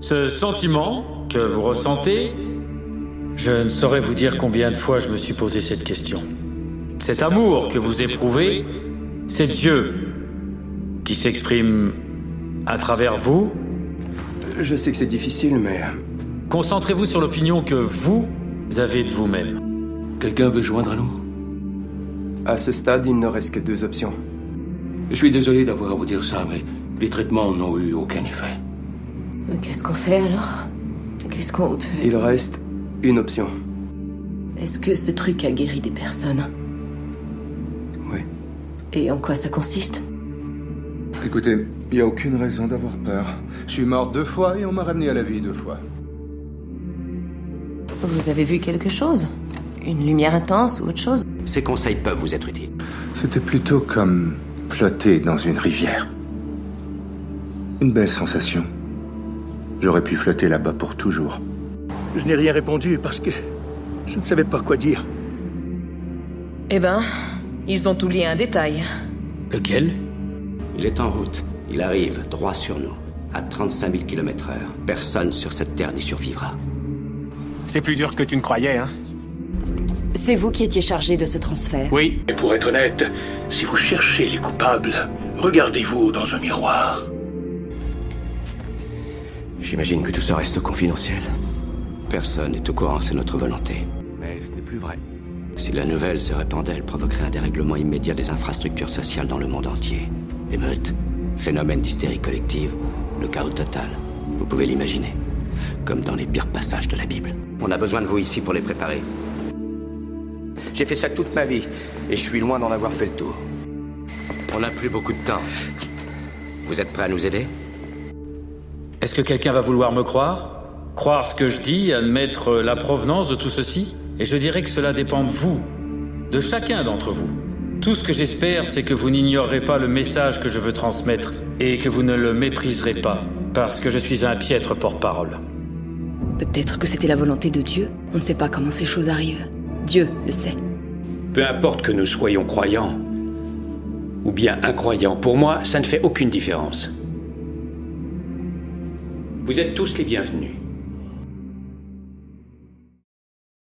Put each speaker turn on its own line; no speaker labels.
Ce sentiment que vous ressentez,
Je ne saurais vous dire combien de fois je me suis posé cette question.
cet amour que vous éprouvez, c'est Dieu
Qui s'exprime
à travers vous.
Je sais que c'est difficile, mais...
Concentrez-vous sur l'opinion que vous avez de vous-même.
Quelqu'un veut se joindre à nous
À ce stade, il ne reste que deux options.
Je suis désolé d'avoir à vous dire ça, mais les traitements n'ont eu aucun effet.
Mais Qu'est-ce qu'on fait alors Qu'est-ce qu'on peut.
Il reste une option.
Est-ce que ce truc a guéri des personnes
Oui.
Et en quoi ça consiste
Écoutez, il n'y a aucune raison d'avoir peur. Je suis mort deux fois et on m'a ramené à la vie deux fois.
Vous avez vu quelque chose Une lumière intense ou autre chose
Ces conseils peuvent vous être utiles.
C'était plutôt comme flotter dans une rivière. Une belle sensation. J'aurais pu flotter là-bas pour toujours.
Je n'ai rien répondu parce que je ne savais pas quoi dire.
Eh ben, ils ont oublié un détail.
Lequel
Il est en route. Il arrive droit sur nous, à 35 000 km/h. Personne sur cette terre n'y survivra.
C'est plus dur que tu ne croyais, hein
C'est vous qui étiez chargé de ce transfert.
Oui.
Et pour être honnête, si vous cherchez les coupables, regardez-vous dans un miroir.
J'imagine que tout ça reste confidentiel. Personne n'est au courant, c'est notre volonté. Mais ce n'est plus vrai. Si la nouvelle se répandait, elle provoquerait un dérèglement immédiat des infrastructures sociales dans le monde entier. Émeutes, phénomène d'hystérie collective, le chaos total. Vous pouvez l'imaginer. Comme dans les pires passages de la Bible. On a besoin de vous ici pour les préparer. J'ai fait ça toute ma vie, et je suis loin d'en avoir fait le tour. On n'a plus beaucoup de temps. Vous êtes prêts à nous aider
Est-ce que quelqu'un va vouloir me croire Croire ce que je dis, admettre la provenance de tout ceci Et je dirais que cela dépend de vous, de chacun d'entre vous. Tout ce que j'espère, c'est que vous n'ignorerez pas le message que je veux transmettre et que vous ne le mépriserez pas, parce que je suis un piètre porte-parole.
Peut-être que c'était la volonté de Dieu. On ne sait pas comment ces choses arrivent. Dieu le sait.
Peu importe que nous soyons croyants ou bien incroyants, pour moi, ça ne fait aucune différence. Vous êtes tous les bienvenus.